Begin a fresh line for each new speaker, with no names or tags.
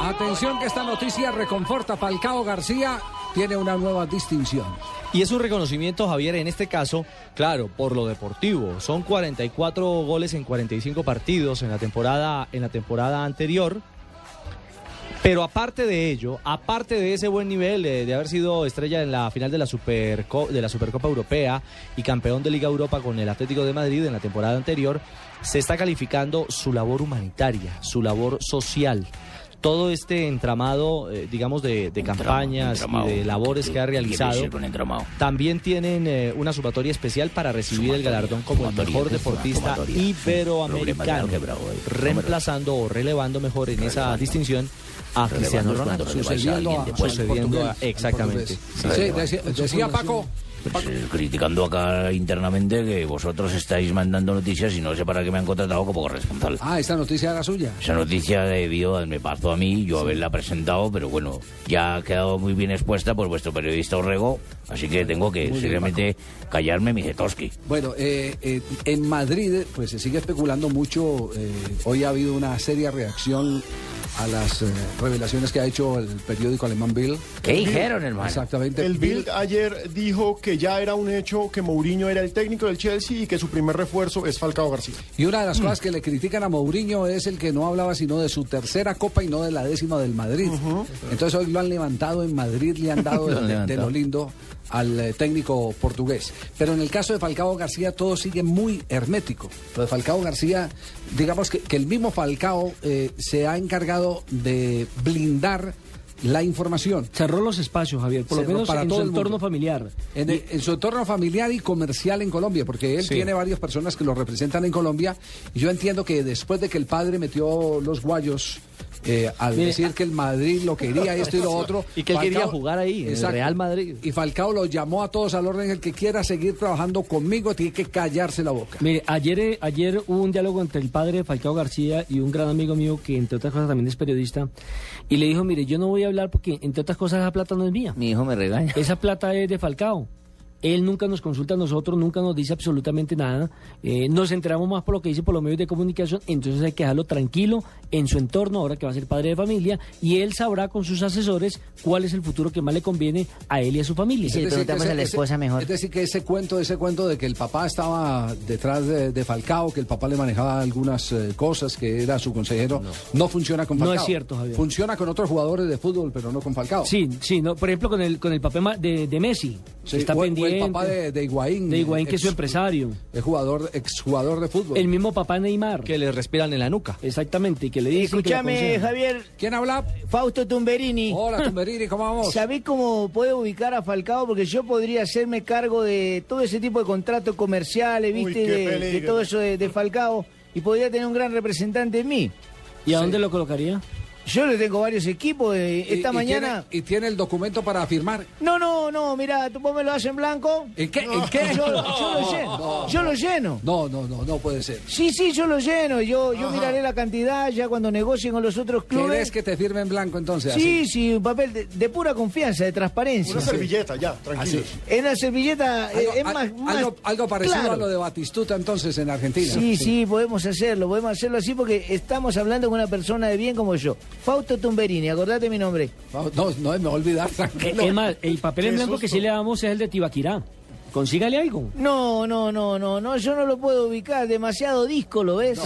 Atención que esta noticia reconforta. Falcao García tiene una nueva distinción.
Y es un reconocimiento, Javier, en este caso, claro, por lo deportivo. Son 44 goles en 45 partidos en la temporada, en la temporada anterior. Pero aparte de ello, aparte de ese buen nivel eh, de haber sido estrella en la final de la, Superco- de la Supercopa Europea y campeón de Liga Europa con el Atlético de Madrid en la temporada anterior, se está calificando su labor humanitaria, su labor social. Todo este entramado, eh, digamos, de, de campañas
entramado.
y de labores
¿Qué-
que ha
qué quiere
realizado,
decir con entramado?
también tienen eh, una sumatoria especial para recibir el galardón como el
sumatoria,
mejor
¿qué es una
deportista
sumatoria? Es un problema de
iberoamericano,
lo que bravo, eh.
reemplazando o relevando mejor en esa
Relevando.
distinción a
Relevando
Cristiano
es cuando
Ronaldo.
relevas a
Sucediendo
alguien
a-
de puesto.
sucediendo a-
Portugués,
exactamente.
al portugués. Sí, decía, decía Paco,
Pues, eh, criticando acá internamente que vosotros estáis mandando noticias y no sé para qué me han contratado como corresponsal.
ah, esta noticia era suya.
Esa noticia debió, me pasó a mí, yo haberla presentado, pero bueno, ya ha quedado muy bien expuesta por vuestro periodista Orrego, así que tengo que
bien,
seriamente callarme mi jetoski.
Bueno, eh, eh, en Madrid pues se sigue especulando mucho. eh, hoy ha habido una seria reacción a las eh, revelaciones que ha hecho el periódico alemán Bill.
¿Qué dijeron, hermano?
Exactamente.
El Bild ayer dijo que ya era un hecho que Mourinho era el técnico del Chelsea y que su primer refuerzo es Falcao García.
Y una de las cosas que le critican a Mourinho es el que no hablaba sino de su tercera copa y no de la décima del Madrid. Entonces hoy lo han levantado en Madrid, le han dado
Lo
de,
han
de lo
levantado.
lindo al eh, técnico portugués. Pero en el caso de Falcao García todo sigue muy hermético. Lo de Falcao García, digamos que, que el mismo Falcao eh, se ha encargado de blindar la información.
Cerró los espacios, Javier, por lo
Cerró
menos
para
en
todo
su
el mundo.
entorno familiar.
En, el- en su entorno familiar y comercial en Colombia, porque él tiene varias personas que lo representan en Colombia. Y yo entiendo que después de que el padre metió los guayos eh, al
Mire,
decir que el Madrid lo quería, esto y lo otro.
Y que él quería jugar ahí, en el Real Madrid.
Y Falcao lo llamó a todos al orden: el que quiera seguir trabajando conmigo tiene que callarse la boca.
Mire, ayer, eh, ayer hubo un diálogo entre el padre de Falcao García y un gran amigo mío que, entre otras cosas, también es periodista. Y le dijo, mire, yo no voy a hablar porque, entre otras cosas, esa plata no es mía.
Mi hijo me regaña.
Esa plata es de Falcao. Él nunca nos consulta a nosotros, nunca nos dice absolutamente nada. Eh, nos enteramos más por lo que dice por los medios de comunicación, entonces hay que dejarlo tranquilo en su entorno, ahora que va a ser padre de familia, y él sabrá con sus asesores cuál es el futuro que más le conviene a él y a su familia.
Sí, le preguntamos a la esposa mejor.
Es decir, que ese cuento, ese cuento de que el papá estaba detrás de, de Falcao, que el papá le manejaba algunas eh, cosas, que era su consejero, no, funciona con
No
Falcao.
es cierto, Javier.
Funciona con otros jugadores de fútbol, pero no con Falcao.
Sí, sí, no, por ejemplo con el con el papel ma- de, de Messi,
Sí,
que está
o- o
pendiente.
el papá de, de Higuaín.
de Higuaín, que es su
ex-
empresario.
Es jugador, exjugador de fútbol.
El mismo papá de Neymar.
Que le respiran en la nuca.
Exactamente, y que le dice
Escúchame, Javier,
¿Quién habla?
Fausto Tumberini.
Hola, Tumberini, ¿cómo vamos?
¿Sabés cómo puedo ubicar a Falcao? Porque yo podría hacerme cargo de todo ese tipo de contratos comerciales,
Uy,
¿viste?
qué
de, de
peligro.
todo eso de, de Falcao. Y podría tener un gran representante en mí.
¿Y a dónde lo colocaría?
Yo le tengo varios equipos. eh,
Y-
esta
y
mañana.
tiene- ¿Y tiene el documento para firmar?
No, no, no, mira, tú vos me lo haces en blanco.
¿En qué? ¿En qué?
Yo, yo lo lleno. Yo lo lleno.
No, no, no, no puede ser.
Sí, sí, yo lo lleno. Yo, yo miraré la cantidad ya cuando negocien con los otros
¿Quieres
clubes.
que te firme en blanco entonces?
Sí,
así?
sí, un papel de, de pura confianza, de transparencia.
Una servilleta, ya, tranquilo.
Así.
En la servilleta eh,
Algo,
es
al-
más, más
algo- algo parecido
claro.
a lo de Batistuta entonces en Argentina.
Sí, sí, podemos hacerlo, podemos hacerlo así porque estamos hablando con una persona de bien como yo. Fausto Tumberini, acordate mi nombre.
Vamos, No, no, me voy a olvidar,
Eh,
tranquilo.
Es más, el papel en
Qué
blanco que
susto.
sí le damos es el de Tibaquirá. Consígale algo.
No, no, no, no, no, yo no lo puedo ubicar, demasiado disco, ¿lo ves?